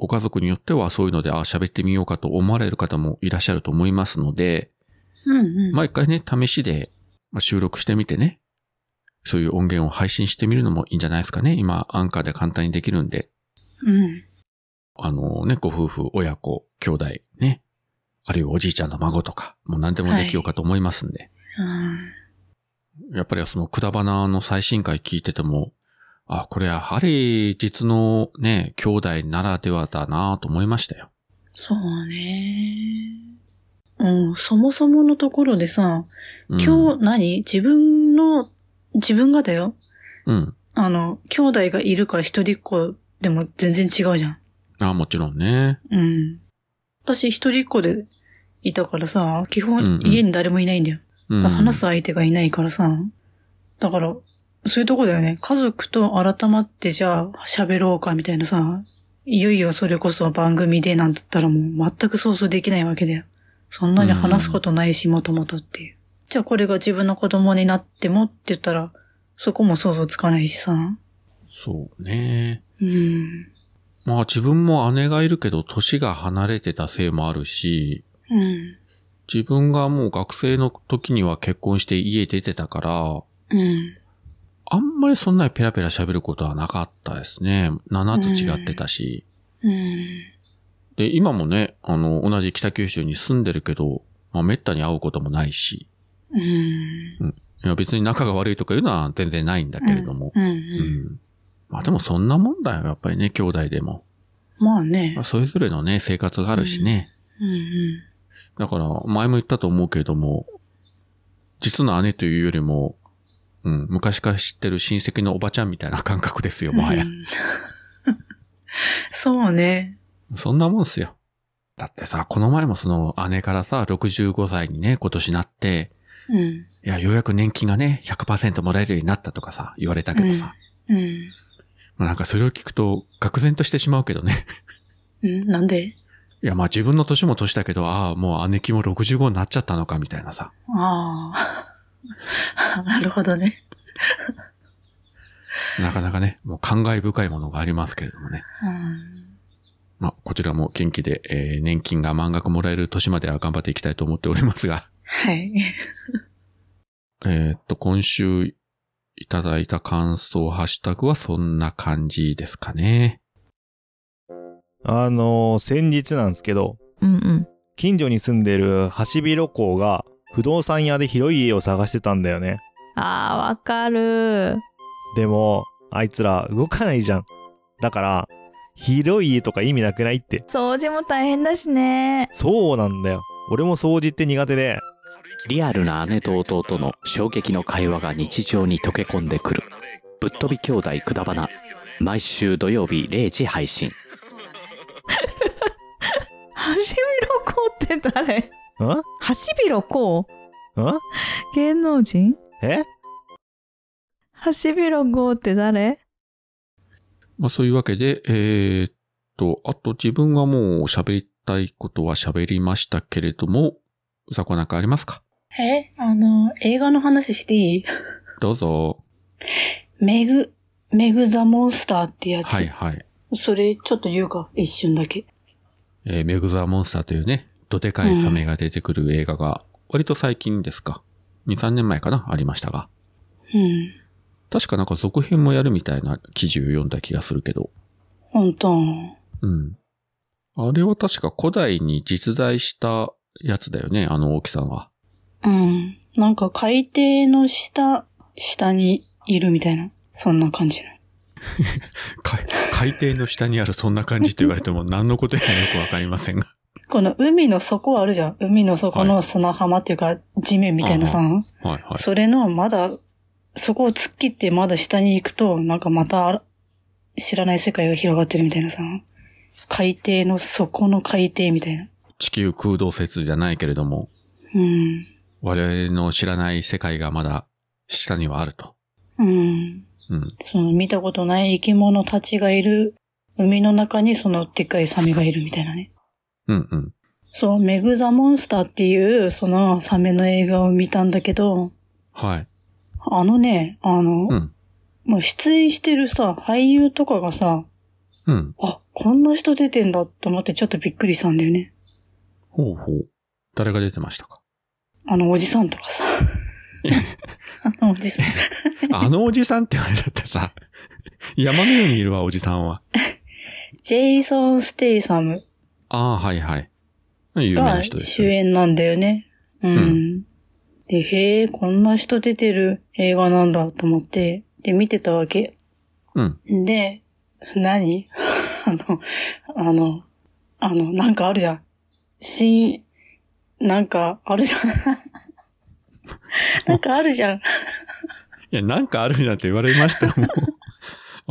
[SPEAKER 1] ご家族によってはそういうので、あ、喋ってみようかと思われる方もいらっしゃると思いますので、
[SPEAKER 2] うんうん。
[SPEAKER 1] 毎回ね、試しでまあ収録してみてね、そういう音源を配信してみるのもいいんじゃないですかね。今、アンカーで簡単にできるんで、
[SPEAKER 2] うん。
[SPEAKER 1] あのね、ご夫婦、親子、兄弟、ね、あるいはおじいちゃんの孫とか、もう何でもできようかと思いますんで、
[SPEAKER 2] うん
[SPEAKER 1] やっぱりそのくだばなの最新回聞いてても、あ、これやはり実のね、兄弟ならではだなと思いましたよ。
[SPEAKER 2] そうね。うん、そもそものところでさ、
[SPEAKER 1] うん
[SPEAKER 2] 今日、何自分の、自分がだよ。
[SPEAKER 1] うん。
[SPEAKER 2] あの、兄弟がいるか一人っ子でも全然違うじゃん。
[SPEAKER 1] あ、もちろんね。
[SPEAKER 2] うん。私一人っ子でいたからさ、基
[SPEAKER 1] うん
[SPEAKER 2] 本
[SPEAKER 1] うん
[SPEAKER 2] 家に誰もいないんだよ。
[SPEAKER 1] うん、
[SPEAKER 2] 話す相手がいないからさ。だから、そういうとこだよね。家族と改まってじゃあ喋ろうかみたいなさ、いよいよそれこそ番組でなんて言ったらもう全く想像できないわけだよ。そんなに話すことないし、もともとっていう。じゃあこれが自分の子供になってもって言ったら、そこも想像つかないしさ。
[SPEAKER 1] そうね。
[SPEAKER 2] うん。
[SPEAKER 1] まあ自分も姉がいるけど、年が離れてたせいもあるし、
[SPEAKER 2] うん。
[SPEAKER 1] 自分がもう学生の時には結婚して家出てたから、
[SPEAKER 2] うん。
[SPEAKER 1] あんまりそんなにペラペラ喋ることはなかったですね。7つ違ってたし。
[SPEAKER 2] うん。
[SPEAKER 1] で、今もね、あの、同じ北九州に住んでるけど、まあ、めったに会うこともないし、
[SPEAKER 2] うん。
[SPEAKER 1] いや別に仲が悪いとかいうのは全然ないんだけれども。
[SPEAKER 2] うんうん
[SPEAKER 1] うん。
[SPEAKER 2] うん
[SPEAKER 1] まあでもそんなもんだよ、やっぱりね、兄弟でも。
[SPEAKER 2] まあね
[SPEAKER 1] まあ、。それぞれのね、生活があるしね。
[SPEAKER 2] うんうん
[SPEAKER 1] だから、前も言ったと思うけれども、実の姉というよりも、うん、昔から知ってる親戚のおばちゃんみたいな感覚ですよ、もはや
[SPEAKER 2] う。んそうね。
[SPEAKER 1] そんなもんっすよ。だってさ、この前もその姉からさ、65歳にね、今年なって、
[SPEAKER 2] うん。
[SPEAKER 1] いや、ようやく年金がね、100%もらえるようになったとかさ、言われたけどさ。
[SPEAKER 2] うん。
[SPEAKER 1] まあなんかそれを聞くと、愕然としてしまうけどね。
[SPEAKER 2] うん、なんで
[SPEAKER 1] いや、まあ自分の年も年だけど、ああ、もう姉貴も65になっちゃったのか、みたいなさ。
[SPEAKER 2] ああ。 なるほどね。
[SPEAKER 1] なかなかね、もう感慨深いものがありますけれどもね。
[SPEAKER 2] うん
[SPEAKER 1] まあ、こちらも元気で、えー年金が満額もらえる年までは頑張っていきたいと思っておりますが、
[SPEAKER 2] はい。
[SPEAKER 1] えーっと、今週いただいた感想、ハッシュタグはそんな感じですかね。
[SPEAKER 5] あのー先日なんですけど、
[SPEAKER 6] うんうん。
[SPEAKER 5] 近所に住んでるハシビロコウが不動産屋で広い家を探してたんだよね。
[SPEAKER 6] あー、わかる。
[SPEAKER 5] でも、あいつら動かないじゃん。だから、広い家とか意味なくないって。
[SPEAKER 6] 掃除も大変だしね。
[SPEAKER 5] そうなんだよ。俺も掃除って苦手で、
[SPEAKER 3] リアルな姉と弟の衝撃の会話が日常に溶け込んでくる。ぶっ飛び兄弟くだばな。毎週土曜日0時配信。
[SPEAKER 6] はしびろこうって誰
[SPEAKER 5] ん
[SPEAKER 6] はしびろこうん芸能人
[SPEAKER 5] え
[SPEAKER 6] はしびろこうって誰
[SPEAKER 1] まあそういうわけで、えーっと、あと自分はもう喋りたいことは喋りましたけれども、うさこなんかありますか
[SPEAKER 2] えあの、映画の話していい
[SPEAKER 1] どうぞ。
[SPEAKER 2] メグ、メグザモンスターってやつ。
[SPEAKER 1] はいはい。
[SPEAKER 2] それちょっと言うか、一瞬だけ。
[SPEAKER 1] えーメグザモンスターというね、どでかいサメが出てくる映画が、割と最近ですか。2、3年前かなありましたが。
[SPEAKER 2] うん。
[SPEAKER 1] 確かなんか続編もやるみたいな記事を読んだ気がするけど。
[SPEAKER 2] 本当。
[SPEAKER 1] うん。あれは確か古代に実在したやつだよね、あの大きさんは。
[SPEAKER 2] うん。なんか海底の下、下にいるみたいな。そんな感じの。
[SPEAKER 1] 海海底の下にあるそんな感じって言われて も何のことやらよくわかりませんが。
[SPEAKER 2] この海の底あるじゃん。海の底
[SPEAKER 1] は
[SPEAKER 2] の砂浜っていうか、地面みたいなさ、
[SPEAKER 1] はいはい。
[SPEAKER 2] それのまだ、そこを突っ切ってまだ下に行くと、なんかまたあら知らない世界が広がってるみたいなさ、海底の底の海底みたいな。
[SPEAKER 1] 地球空洞説じゃないけれども、
[SPEAKER 2] うん。
[SPEAKER 1] 我々の知らない世界がまだ下にはあると。
[SPEAKER 2] うん。
[SPEAKER 1] うん。
[SPEAKER 2] その見たことない生き物たちがいる海の中にそのでっかいサメがいるみたいなね。
[SPEAKER 1] うんうん。
[SPEAKER 2] そう、メグザモンスターっていうそのサメの映画を見たんだけど、
[SPEAKER 1] はい。
[SPEAKER 2] あのね、あの、
[SPEAKER 1] うん
[SPEAKER 2] もう出演してるさ、俳優とかがさ、
[SPEAKER 1] うん。
[SPEAKER 2] あ、こんな人出てんだと思ってちょっとびっくりしたんだよね。
[SPEAKER 1] ほうほう。誰が出てました か
[SPEAKER 2] あのおじさんと かさ。あのおじさん。
[SPEAKER 1] あのおじさんって言われたってさ、山のようにいるわ、おじさんは。
[SPEAKER 2] ジェイソン・ステイサム
[SPEAKER 1] ああ、はいはい。有名な
[SPEAKER 2] が
[SPEAKER 1] 人です
[SPEAKER 2] 主
[SPEAKER 1] よね、
[SPEAKER 2] 演なんだよね。うん。
[SPEAKER 1] うん
[SPEAKER 2] で、へえ、こんな人出てる映画なんだと思って、で、見てたわけ。
[SPEAKER 1] うん。
[SPEAKER 2] で、何 あの、あの、あの、なんかあるじゃん。新、なんかある じゃん。なんかあるじゃん。
[SPEAKER 1] いや、なんかあるなんて言われましたよ もう。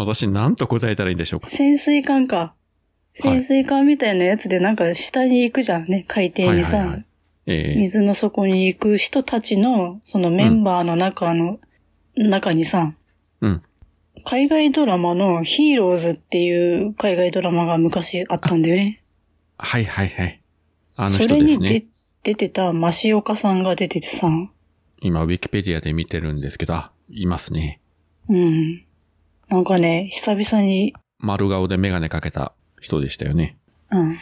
[SPEAKER 1] 私、なんと答えたらいいんでしょうか。
[SPEAKER 2] 潜水艦か。
[SPEAKER 1] はい
[SPEAKER 2] 潜水艦みたいなやつでなんか下に行くじゃんね、海底にさ。
[SPEAKER 1] はいはいはいええ
[SPEAKER 2] 水の底に行く人たちの、そのメンバーの中の、中にさ、
[SPEAKER 1] うん
[SPEAKER 2] 海外ドラマのヒーローズっていう海外ドラマが昔あったんだよね。
[SPEAKER 1] はいはいはい。あの
[SPEAKER 2] そ
[SPEAKER 1] 人
[SPEAKER 2] れ
[SPEAKER 1] です
[SPEAKER 2] に
[SPEAKER 1] ね
[SPEAKER 2] 出。出てた増岡さんが出ててさ、
[SPEAKER 1] 今、ウィキペディアで見てるんですけど、あ、いますね。
[SPEAKER 2] うん。なんかね、久々に、
[SPEAKER 1] 丸顔でメガネかけた人でしたよね。
[SPEAKER 2] うん。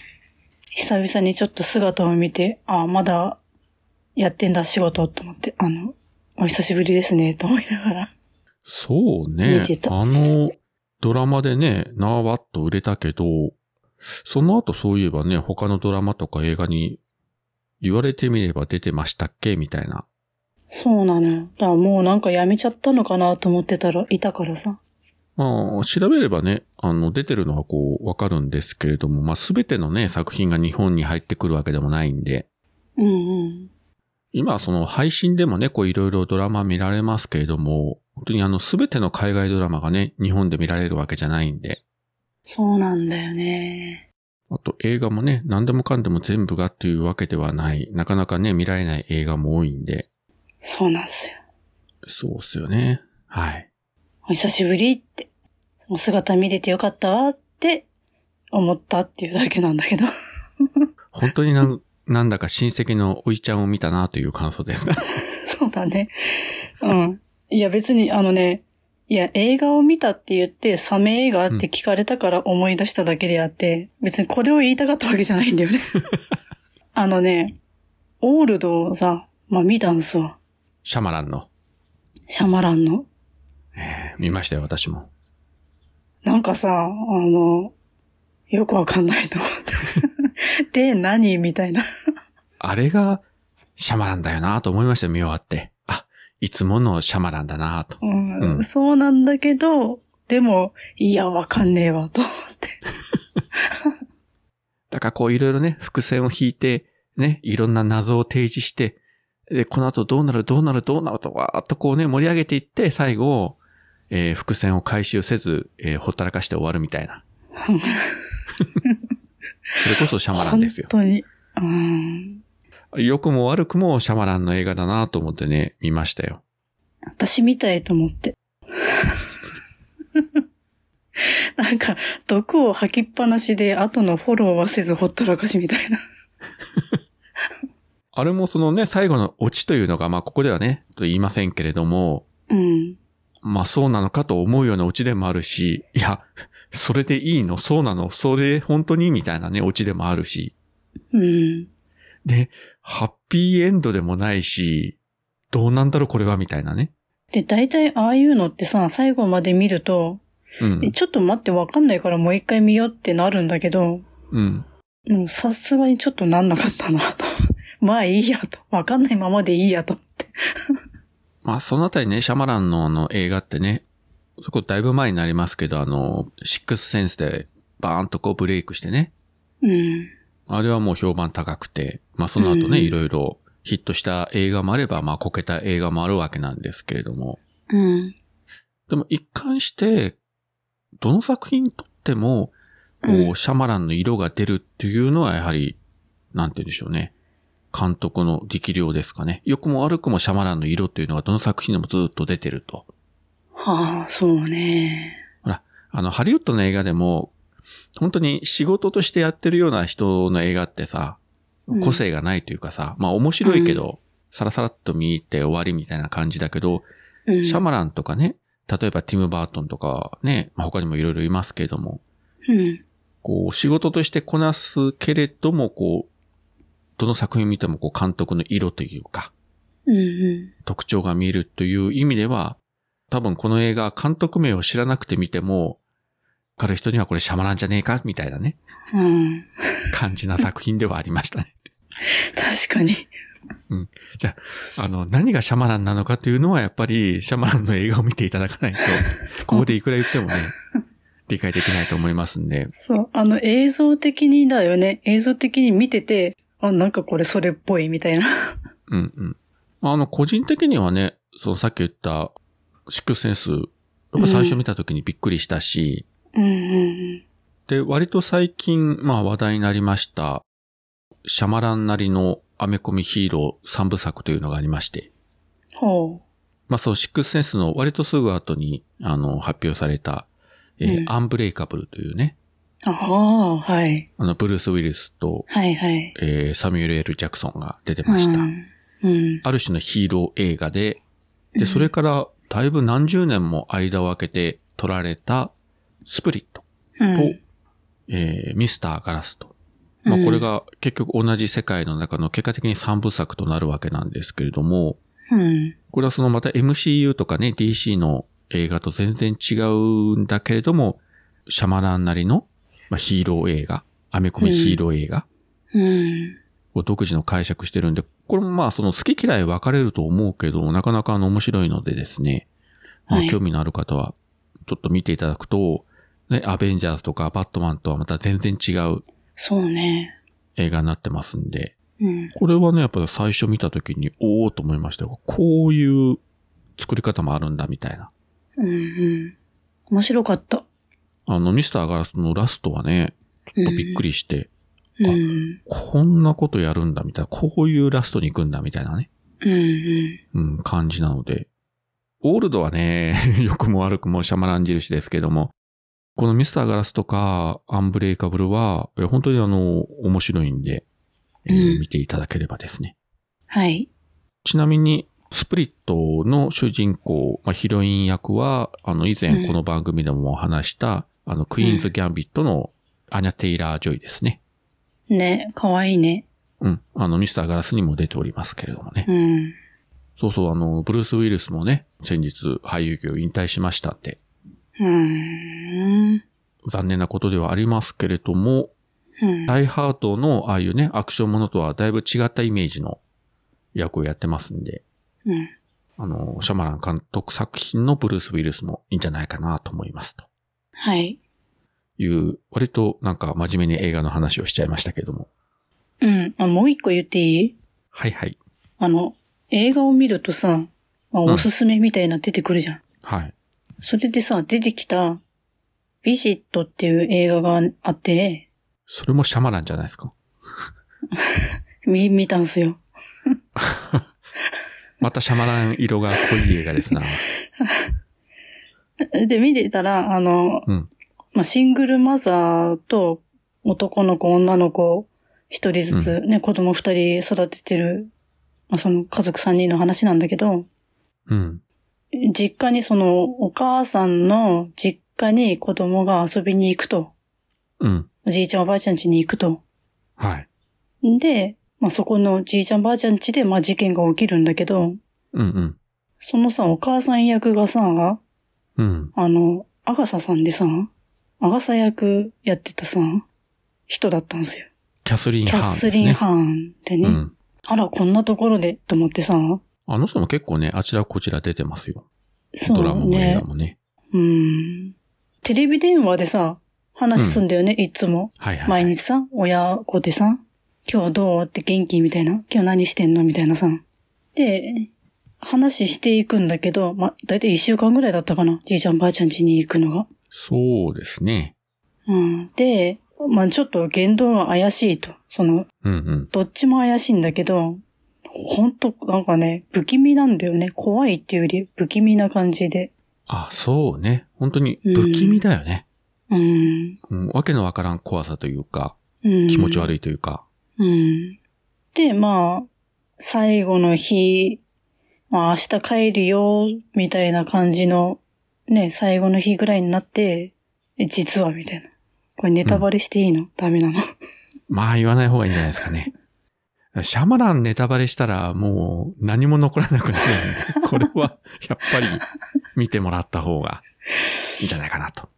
[SPEAKER 2] 久々にちょっと姿を見て、ああ、まだやってんだ仕事と思って、あの、お久しぶりですね、と思いながら。
[SPEAKER 1] そう
[SPEAKER 2] 見て
[SPEAKER 1] ね。
[SPEAKER 2] た
[SPEAKER 1] あの、ドラマでね、なわっと売れたけど、その後そういえばね、他のドラマとか映画に言われてみれば出てましたっけみたいな。
[SPEAKER 2] そうなのよ。だからもうなんかやめちゃったのかなと思ってたら、いたからさ。
[SPEAKER 1] まあ、調べればね、あの、出てるのはこう、わかるんですけれども、まあ、すべてのね、作品が日本に入ってくるわけでもないんで、
[SPEAKER 2] うんうん。
[SPEAKER 1] 今、その配信でもね、こういろいろドラマ見られますけれども、本当にあの、すべての海外ドラマがね、日本で見られるわけじゃないんで、
[SPEAKER 2] そうなんだよね。
[SPEAKER 1] あと映画もね、何でもかんでも全部がっていうわけではない、なかなかね、見られない映画も多いんで、
[SPEAKER 2] そうなんですよ。
[SPEAKER 1] そうっすよね。はい。
[SPEAKER 2] お久しぶりって。お姿見れてよかったわって思ったっていうだけなんだけど。
[SPEAKER 1] 本当になん、なんだか親戚のおいちゃんを見たなという感想です。
[SPEAKER 2] そうだね。うん。いや別にあのね、いや映画を見たって言ってサメ映画って聞かれたから思い出しただけであって、別にこれを言いたかったわけじゃないんだ よね。あのね、オールドをさ、まあ見たんすわ。
[SPEAKER 1] シャマランの。
[SPEAKER 2] シャマランの。
[SPEAKER 1] 見ましたよ、私も。
[SPEAKER 2] なんかさ、あの、よくわかんな いと思って。で、何みたいな。
[SPEAKER 1] あれが、シャマランだよなと思いましたよ、見終わって。あ、いつものシャマランだなと。
[SPEAKER 2] うん
[SPEAKER 1] うん
[SPEAKER 2] そうなんだけど、でも、いや、わかんねえわ、と思って。
[SPEAKER 1] だからこういろいろね、伏線を引いて、ね、いろんな謎を提示して、で、この後どうなるどうなるどうなるとわーっとこうね、盛り上げていって、最後、えー伏線を回収せず、えーほったらかして終わるみたいな。それこそシャマラン
[SPEAKER 2] 本
[SPEAKER 1] ですよ。
[SPEAKER 2] 当に。うん。
[SPEAKER 1] 良くも悪くもシャマランの映画だなと思ってね、見ましたよ。
[SPEAKER 2] 私みたいと 思って。なんか、毒を吐きっぱなしで、後のフォローはせずほったらかしみたいな。
[SPEAKER 1] あれもそのね、最後のオチというのが、まあ、ここではね、と言いませんけれども、
[SPEAKER 2] うん。
[SPEAKER 1] まあ、そうなのかと思うようなオチでもあるし、いや、それでいいのそうなのそれ本当にみたいなね、オチでもあるし、
[SPEAKER 2] うん。
[SPEAKER 1] で、ハッピーエンドでもないし、どうなんだろうこれはみたいなね。
[SPEAKER 2] で、大体ああいうのってさ、最後まで見ると、
[SPEAKER 1] うん。
[SPEAKER 2] ちょっと待ってわかんないからもう一回見ようってなるんだけど、
[SPEAKER 1] うん。
[SPEAKER 2] うんさすがにちょっとなんなかったなと。 まあいいやと。わかんないままでいいやと。
[SPEAKER 1] まあ、そのあたりね、シャマランのあの映画ってね、そこだいぶ前になりますけど、あの、シックスセンスでバーンとこうブレイクしてね。
[SPEAKER 2] うん。
[SPEAKER 1] あれはもう評判高くて、まあその後ね、
[SPEAKER 2] うん
[SPEAKER 1] いろいろヒットした映画もあれば、まあこけた映画もあるわけなんですけれども。
[SPEAKER 2] うん。
[SPEAKER 1] でも一貫して、どの作品とっても、こ
[SPEAKER 2] う
[SPEAKER 1] う、シャマランの色が出るっていうのはやはり、なんて言うんでしょうね。監督の力量ですかね。良くも悪くもシャマランの色っていうのがどの作品でもずっと出てると。
[SPEAKER 2] はあ、そうね。
[SPEAKER 1] あの、ハリウッドの映画でも、本当に仕事としてやってるような人の映画ってさ、
[SPEAKER 2] うん
[SPEAKER 1] 個性がないというかさ、まあ面白いけど、さらさらっと見入って終わりみたいな感じだけど、
[SPEAKER 2] うん。
[SPEAKER 1] シャマランとかね、例えばティム・バートンとかね、まあ、他にもいろいろいますけれども、
[SPEAKER 2] うん。
[SPEAKER 1] こう仕事としてこなすけれども、こう、どの作品見てもこう監督の色というか、
[SPEAKER 2] うんうん。
[SPEAKER 1] 特徴が見えるという意味では、多分この映画、監督名を知らなくて見ても、わかる人にはこれシャマランじゃねえかみたいなね、
[SPEAKER 2] うん。
[SPEAKER 1] 感じな作品ではありましたね。
[SPEAKER 2] 確かに。
[SPEAKER 1] あの、何がシャマランなのかというのはやっぱり、シャマランの映画を見ていただかないと、ここでいくら言ってもね、理解できないと思いますんで、
[SPEAKER 2] そう。あの、映像的にだよね。映像的に見てて、あ、なんかこれそれっぽいみたいな。
[SPEAKER 1] うんうん。あの、個人的にはね、そのさっき言った、シックスセンス、やっぱ最初見た時にびっくりしたし、
[SPEAKER 2] うんうん
[SPEAKER 1] で、割と最近、まあ話題になりました、シャマランなりのアメコミヒーロー3部作というのがありまして、
[SPEAKER 2] うん。ほ
[SPEAKER 1] まあそう、シックスセンスの割とすぐ後に、あの、発表された、えー
[SPEAKER 2] うん
[SPEAKER 1] アンブレイカブルというね、
[SPEAKER 2] う。ああ、はい。
[SPEAKER 1] あの、ブルース・ウィルスと、
[SPEAKER 2] はいはい。
[SPEAKER 1] えーサミュエル・ L ・ジャクソンが出てました。
[SPEAKER 2] うん。うん。
[SPEAKER 1] ある種のヒーロー映画で、
[SPEAKER 2] う
[SPEAKER 1] で、
[SPEAKER 2] ん
[SPEAKER 1] それからだいぶ何十年も間を空けて撮られた、スプリット
[SPEAKER 2] う
[SPEAKER 1] と、
[SPEAKER 2] ん。
[SPEAKER 1] えーミスター・ガラスとまあ、これが結局同じ世界の中の結果的に3部作となるわけなんですけれども、
[SPEAKER 2] うん。
[SPEAKER 1] これはそのまた MCU とかね、DC の映画と全然違うんだけれども、シャマランなりの、まあ、ヒーロー映画、アメコミヒーロー映画
[SPEAKER 2] うん。
[SPEAKER 1] を独自の解釈してるんで、これもまあその好き嫌い分かれると思うけど、なかなかあの面白いのでですね、まあ
[SPEAKER 2] はい
[SPEAKER 1] 興味のある方はちょっと見ていただくと、ね、アベンジャーズとかバットマンとはまた全然違う
[SPEAKER 2] そうね。
[SPEAKER 1] 映画になってますんで、
[SPEAKER 2] うん。
[SPEAKER 1] これはね、やっぱ最初見た時に、おおと思いましたよ。こういう作り方もあるんだ、みたいな。
[SPEAKER 2] うんうん。面白かった。
[SPEAKER 1] あの、ミスターガラスのラストはね、ちょっとびっくりして、
[SPEAKER 2] うん。
[SPEAKER 1] あ
[SPEAKER 2] うん
[SPEAKER 1] こんなことやるんだ、みたいな。こういうラストに行くんだ、みたいなね。
[SPEAKER 2] うん。
[SPEAKER 1] うん、感じなので。オールドはね、 良くも悪くもシャマラン印ですけども、このミスターガラスとか、アンブレイカブルは、いや本当にあの、面白いんで、えー
[SPEAKER 2] うん
[SPEAKER 1] 見ていただければですね。
[SPEAKER 2] はい。
[SPEAKER 1] ちなみに、スプリットの主人公、まあ、ヒロイン役は、あの、以
[SPEAKER 2] う
[SPEAKER 1] 前
[SPEAKER 2] ん
[SPEAKER 1] この番組でもお話した、あの、クイーンズ・ギャンビットのアニャ・テイラー・ジョイですね。
[SPEAKER 2] ね、かわいいね。
[SPEAKER 1] うん。あの、ミスター・ガラスにも出ておりますけれどもね。
[SPEAKER 2] うん。
[SPEAKER 1] そうそう、あの、ブルース・ウィルスもね、先日俳優業引退しましたって、
[SPEAKER 2] うん。
[SPEAKER 1] 残念なことではありますけれども、
[SPEAKER 2] うん。
[SPEAKER 1] ダイ・ハートのああいうね、アクションものとはだいぶ違ったイメージの役をやってますんで、
[SPEAKER 2] うん。
[SPEAKER 1] あの、シャマラン監督作品のブルース・ウィルスもいいんじゃないかなと思いますと。
[SPEAKER 2] はい。
[SPEAKER 1] いう、割となんか真面目に映画の話をしちゃいましたけども。
[SPEAKER 2] うん。あ、もう一個言っていい
[SPEAKER 1] はいはい。
[SPEAKER 2] あの、映画を見るとさ、まあ
[SPEAKER 1] うん
[SPEAKER 2] おすすめみたいなの出てくるじゃん。
[SPEAKER 1] はい。
[SPEAKER 2] それでさ、出てきた、ビジットっていう映画があって、
[SPEAKER 1] それもシャマランじゃないですか。
[SPEAKER 2] 見、見たんすよ。
[SPEAKER 1] またシャマラン色が濃い映画ですな。
[SPEAKER 2] で、見てたら、あの、
[SPEAKER 1] うん
[SPEAKER 2] まあ、シングルマザーと男の子、女の子、一人ずつね、子供二人育ててる、まあ、その家族三人の話なんだけど、
[SPEAKER 1] うん。
[SPEAKER 2] 実家にそのお母さんの実家に子供が遊びに行くと。
[SPEAKER 1] うん。
[SPEAKER 2] おじいちゃんおばあちゃん家に行くと。
[SPEAKER 1] はい。
[SPEAKER 2] で、まあ、そこのじいちゃんばあちゃん家で、まあ、事件が起きるんだけど、
[SPEAKER 1] うんうん。
[SPEAKER 2] そのさ、お母さん役がさ、
[SPEAKER 1] うん。
[SPEAKER 2] あの、アガサさんでさ、アガサ役やってたさ、人だったんですよ。
[SPEAKER 1] キャスリーン・
[SPEAKER 2] キ
[SPEAKER 1] ハー
[SPEAKER 2] ャ
[SPEAKER 1] ンです
[SPEAKER 2] ス
[SPEAKER 1] ね。
[SPEAKER 2] リン・ハーンでね。
[SPEAKER 1] うん。
[SPEAKER 2] あら、こんなところで、と思ってさ、
[SPEAKER 1] あの人も結構ね、あちらこちら出てますよ。
[SPEAKER 2] そ
[SPEAKER 1] ドラマ
[SPEAKER 2] う
[SPEAKER 1] も映
[SPEAKER 2] ね
[SPEAKER 1] 画。もね。
[SPEAKER 2] うん。テレビ電話でさ、話すんだよね、いつも。
[SPEAKER 1] はいはい。
[SPEAKER 2] 毎日さ、親子でさ、今日どうって元気みたいな、今日何してんのみたいなさ。で、話していくんだけど、まあ、だいたい一週間ぐらいだったかな。じいちゃんばあちゃん家に行くのが。
[SPEAKER 1] そうですね。
[SPEAKER 2] うん。で、まあ、ちょっと言動が怪しいと。その、
[SPEAKER 1] うんうん。
[SPEAKER 2] どっちも怪しいんだけど、ほんと、なんかね、不気味なんだよね。怖いっていうより、不気味な感じで。
[SPEAKER 1] あ、そうね。本当に不気味だよね。
[SPEAKER 2] うん。
[SPEAKER 1] うん。わけのわからん怖さというか、
[SPEAKER 2] うん、
[SPEAKER 1] 気持ち
[SPEAKER 2] い。
[SPEAKER 1] 悪いというか。
[SPEAKER 2] うん。で、まあ、最後の日、まあ明日帰るよ、みたいな感じの、ね、最後の日ぐらいになって、え実は、みたいな。これネタバレしていいの、ダメなの
[SPEAKER 1] まあ言わない方がいいんじゃないですか ね。シャマランネタバレしたらもう何も残らなくなるん で、これはやっぱり見てもらった方がいいんじゃないかなと。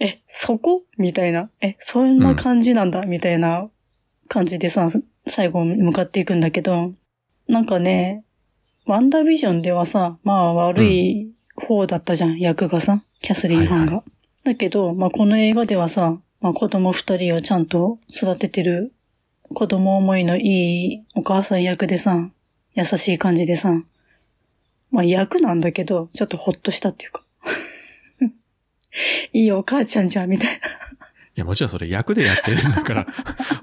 [SPEAKER 2] え、そこみたいな。え、そんな感じなんだ、みたいな感じでさ、最後に向かっていくんだけど、なんかね、ワンダービジョンではさ、まあ悪い方だったじゃん、役がさ、キャスリン・ハ
[SPEAKER 1] は
[SPEAKER 2] ンが。
[SPEAKER 1] いは
[SPEAKER 2] だけど、まあこの映画ではさ、まあ子供二人をちゃんと育ててる、子供思いのいいお母さん役でさ、優しい感じでさ、まあ役なんだけど、ちょっとほっとしたっていうか。 いいお母ちゃんじゃん、みたいな。
[SPEAKER 1] いや、もちろんそれ役でやってるんだ から、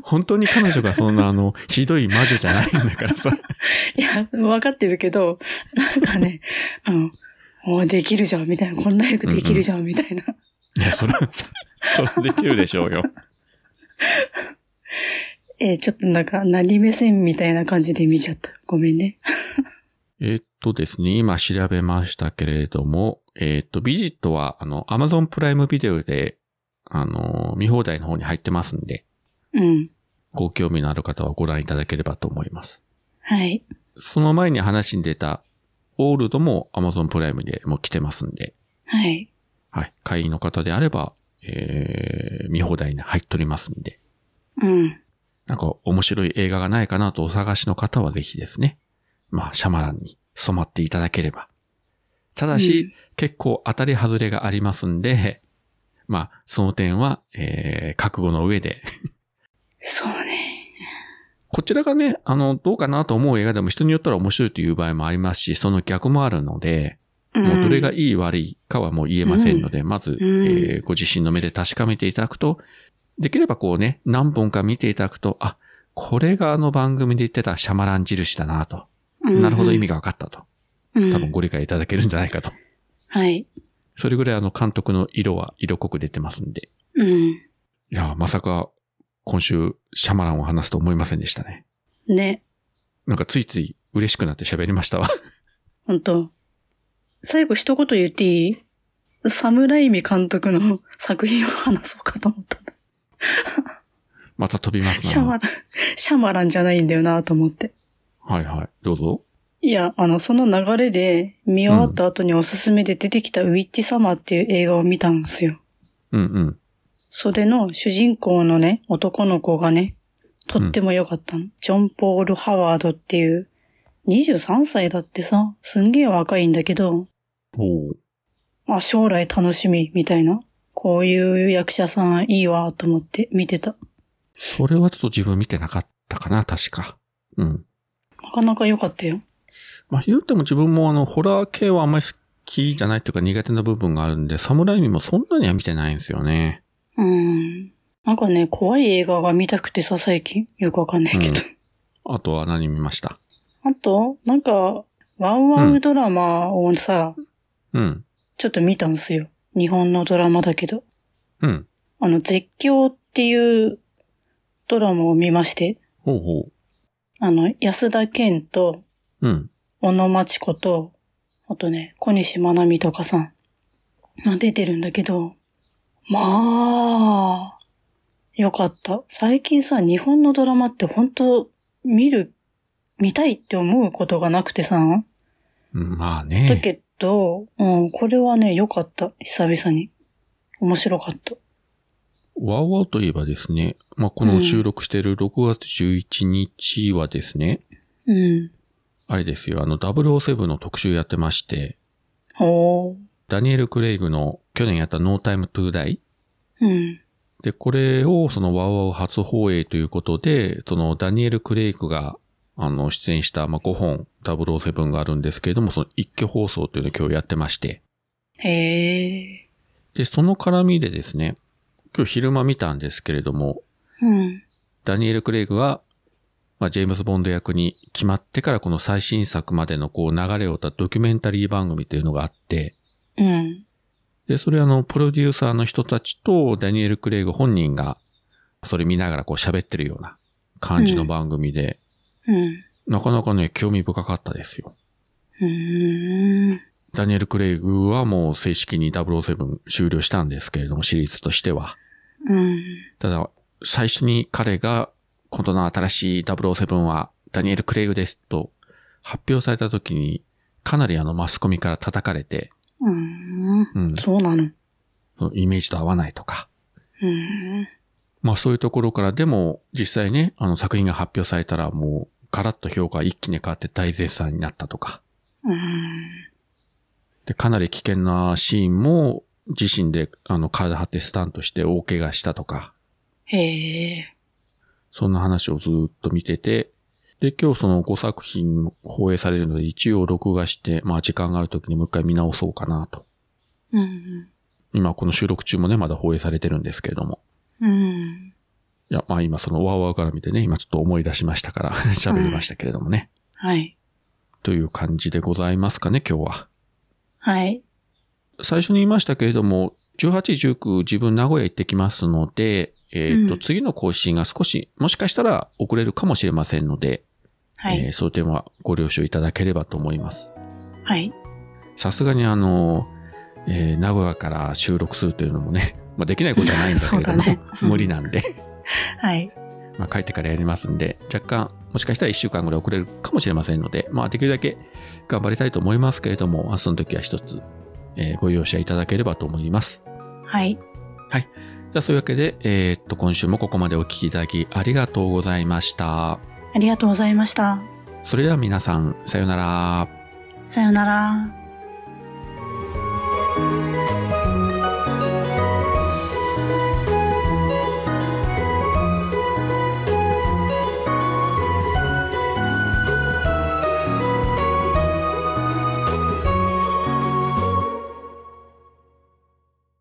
[SPEAKER 1] 本当に彼女がそんなあの、ひどい魔女じゃないんだ からさ。
[SPEAKER 2] いや、わかってるけど、なんかね、あの、おできるじゃん、みたいな。こんな役できるじゃん、みたいな。
[SPEAKER 1] いや、それ、それできるでしょうよ。
[SPEAKER 2] えーちょっとなんか、何目線みたいな感じで見ちゃった。ごめんね。
[SPEAKER 1] えーっとですね、今調べましたけれども、えーっと、ビジットは、あの、Amazon プライムビデオで、あの、見放題の方に入ってますんで、
[SPEAKER 2] うん。
[SPEAKER 1] ご興味のある方はご覧いただければと思います。
[SPEAKER 2] はい。
[SPEAKER 1] その前に話に出た、オールドも Amazon プライムでもう来てますんで、
[SPEAKER 2] はい。
[SPEAKER 1] はい。会員の方であれば、えー、見放題に入っておりますんで、
[SPEAKER 2] うん。
[SPEAKER 1] なんか面白い映画がないかなとお探しの方はぜひですね、まあ、シャマランに染まっていただければ。ただし、結構当たり外れがありますんで、 まあ、その点は、えー、覚悟の上で。
[SPEAKER 2] そうね。
[SPEAKER 1] こちらがね、あの、どうかなと思う映画でも人によったら面白いという場合もありますし、その逆もあるので、
[SPEAKER 2] うん
[SPEAKER 1] もうどれがいい悪いかはもう言えませんので、まず、え
[SPEAKER 2] うん
[SPEAKER 1] ーご自身の目で確かめていただくと、できればこうね、何本か見ていただくと、あ、これがあの番組で言ってたシャマラン印だなと。なるほど意味が分かったと。
[SPEAKER 2] うん
[SPEAKER 1] 多分ご理解いただけるんじゃないかと。
[SPEAKER 2] はい。
[SPEAKER 1] それぐらいあの監督の色は色濃く出てますんで。
[SPEAKER 2] うん。
[SPEAKER 1] いや、まさか今週シャマランを話すと思いませんでしたね。
[SPEAKER 2] ね。
[SPEAKER 1] なんかついつい嬉しくなって喋りましたわ。
[SPEAKER 2] ほんと。最後一言言っていいサムライミ監督の 作品を話そうかと思った。
[SPEAKER 1] また飛びますな。
[SPEAKER 2] シャマラン、シャマランじゃないんだよなと思って。
[SPEAKER 1] はいはい。どうぞ。
[SPEAKER 2] いや、あの、その流れで、見終わった後におすすめで出てきたウィッチサマーっていう映画を見たんですよ。
[SPEAKER 1] うんうん。
[SPEAKER 2] それの主人公のね、男の子がね、とっても良かったの。ジョン・ポール・ハワードっていう、23歳だってさ、すんげえ若いんだけど、
[SPEAKER 1] おう
[SPEAKER 2] あ、将来楽しみ、みたいな。こういう役者さんいいわ、と思って見てた。
[SPEAKER 1] それはちょっと自分見てなかったかな、確か。うん。
[SPEAKER 2] なかなか良かったよ。
[SPEAKER 1] まあ言うても自分もあの、ホラー系はあんまり好きじゃないというか苦手な部分があるんで、サムライミもそんなには見てないんですよね。
[SPEAKER 2] うん。なんかね、怖い映画が見たくてさ、最近。よくわかんないけど。
[SPEAKER 1] あとは何見ました
[SPEAKER 2] あと、なんか、ワウワウドラマをさ、
[SPEAKER 1] うん。
[SPEAKER 2] ちょっと見たんすよ。日本のドラマだけど。
[SPEAKER 1] うん。
[SPEAKER 2] あの、絶叫っていうドラマを見まして、
[SPEAKER 1] ほうほう。
[SPEAKER 2] あの、安田健と、
[SPEAKER 1] うん。
[SPEAKER 2] 小野町子と、あとね、小西まなみとかさん、まあ、出てるんだけど、まあ、よかった。最近さ、日本のドラマって本当見る、見たいって思うことがなくてさ、
[SPEAKER 1] うんまあ
[SPEAKER 2] だ
[SPEAKER 1] ね。
[SPEAKER 2] けど、うん、これはね、良かった。久々に。面白かった。
[SPEAKER 1] ワウワウといえばですね、まあこの収録している6月11日はですね、
[SPEAKER 2] うん。
[SPEAKER 1] あれですよ、あの007の特集やってまして、
[SPEAKER 2] おー。
[SPEAKER 1] ダニエル・クレイグの去年やったノータイム・トゥ・ダイ。
[SPEAKER 2] うん。
[SPEAKER 1] で、これをそのワウワウ初放映ということで、そのダニエル・クレイクがあの出演した、まあ、5本007があるんですけれども、その一挙放送というのを今日やってまして、
[SPEAKER 2] へえ。
[SPEAKER 1] で、その絡みでですね、今日昼間見たんですけれども、
[SPEAKER 2] うん。
[SPEAKER 1] ダニエル・クレイグが、まあ、ジェームズ・ボンド役に決まってからこの最新作までのこう流れを追ったドキュメンタリー番組というのがあって、
[SPEAKER 2] うん。
[SPEAKER 1] で、それあの、プロデューサーの人たちとダニエル・クレイグ本人が、それ見ながらこう喋ってるような感じの番組で、
[SPEAKER 2] うん。
[SPEAKER 1] なかなかね、興味深かったですよ。
[SPEAKER 2] うーん。
[SPEAKER 1] ダニエル・クレイグはもう正式に007終了したんですけれども、シリーズとしては。
[SPEAKER 2] うん。
[SPEAKER 1] ただ、最初に彼が、今度の新しい007はダニエル・クレイグですと発表された時に、かなりあのマスコミから叩かれて、
[SPEAKER 2] うーん。
[SPEAKER 1] うん、
[SPEAKER 2] そうなの。
[SPEAKER 1] そのイメージと合わないとか、
[SPEAKER 2] うん。
[SPEAKER 1] まあそういうところからでも実際ね、あの作品が発表されたらもうガラッと評価が一気に変わって大絶賛になったとか、
[SPEAKER 2] うん。
[SPEAKER 1] で、かなり危険なシーンも自身であの体張ってスタントして大怪我したとか、
[SPEAKER 2] へえ。
[SPEAKER 1] そんな話をずーっと見てて、で、今日その5作品放映されるので一応録画して、まあ時間がある時にもう一回見直そうかなと。
[SPEAKER 2] うん。
[SPEAKER 1] 今この収録中もね、まだ放映されてるんですけれども。
[SPEAKER 2] うん。
[SPEAKER 1] いや、まあ今そのワーワー絡みでね、今ちょっと思い出しましたから 喋りましたけれどもね。
[SPEAKER 2] はい。
[SPEAKER 1] という感じでございますかね、今日は。
[SPEAKER 2] はい。
[SPEAKER 1] 最初に言いましたけれども、18、19自分名古屋行ってきますので、えっ、と、
[SPEAKER 2] うん
[SPEAKER 1] 次の更新が少し、もしかしたら遅れるかもしれませんので、
[SPEAKER 2] は
[SPEAKER 1] えー
[SPEAKER 2] い。
[SPEAKER 1] その点はご了承いただければと思います。
[SPEAKER 2] はい。
[SPEAKER 1] さすがにあの、えー名古屋から収録するというのもね、まあ、できないことはないんだけれども、
[SPEAKER 2] そうだね
[SPEAKER 1] 無理なんで、
[SPEAKER 2] はい。
[SPEAKER 1] まあ、帰ってからやりますんで、若干、もしかしたら1週間ぐらい遅れるかもしれませんので、まあ、できるだけ頑張りたいと思いますけれども、明日の時は一つ、えーご容赦いただければと思います。
[SPEAKER 2] はい。
[SPEAKER 1] じゃあ、そういうわけで、えーっと、今週もここまでお聞きいただきありがとうございました。
[SPEAKER 2] ありがとうございました。
[SPEAKER 1] それでは皆さん、さようなら。
[SPEAKER 2] さよなら。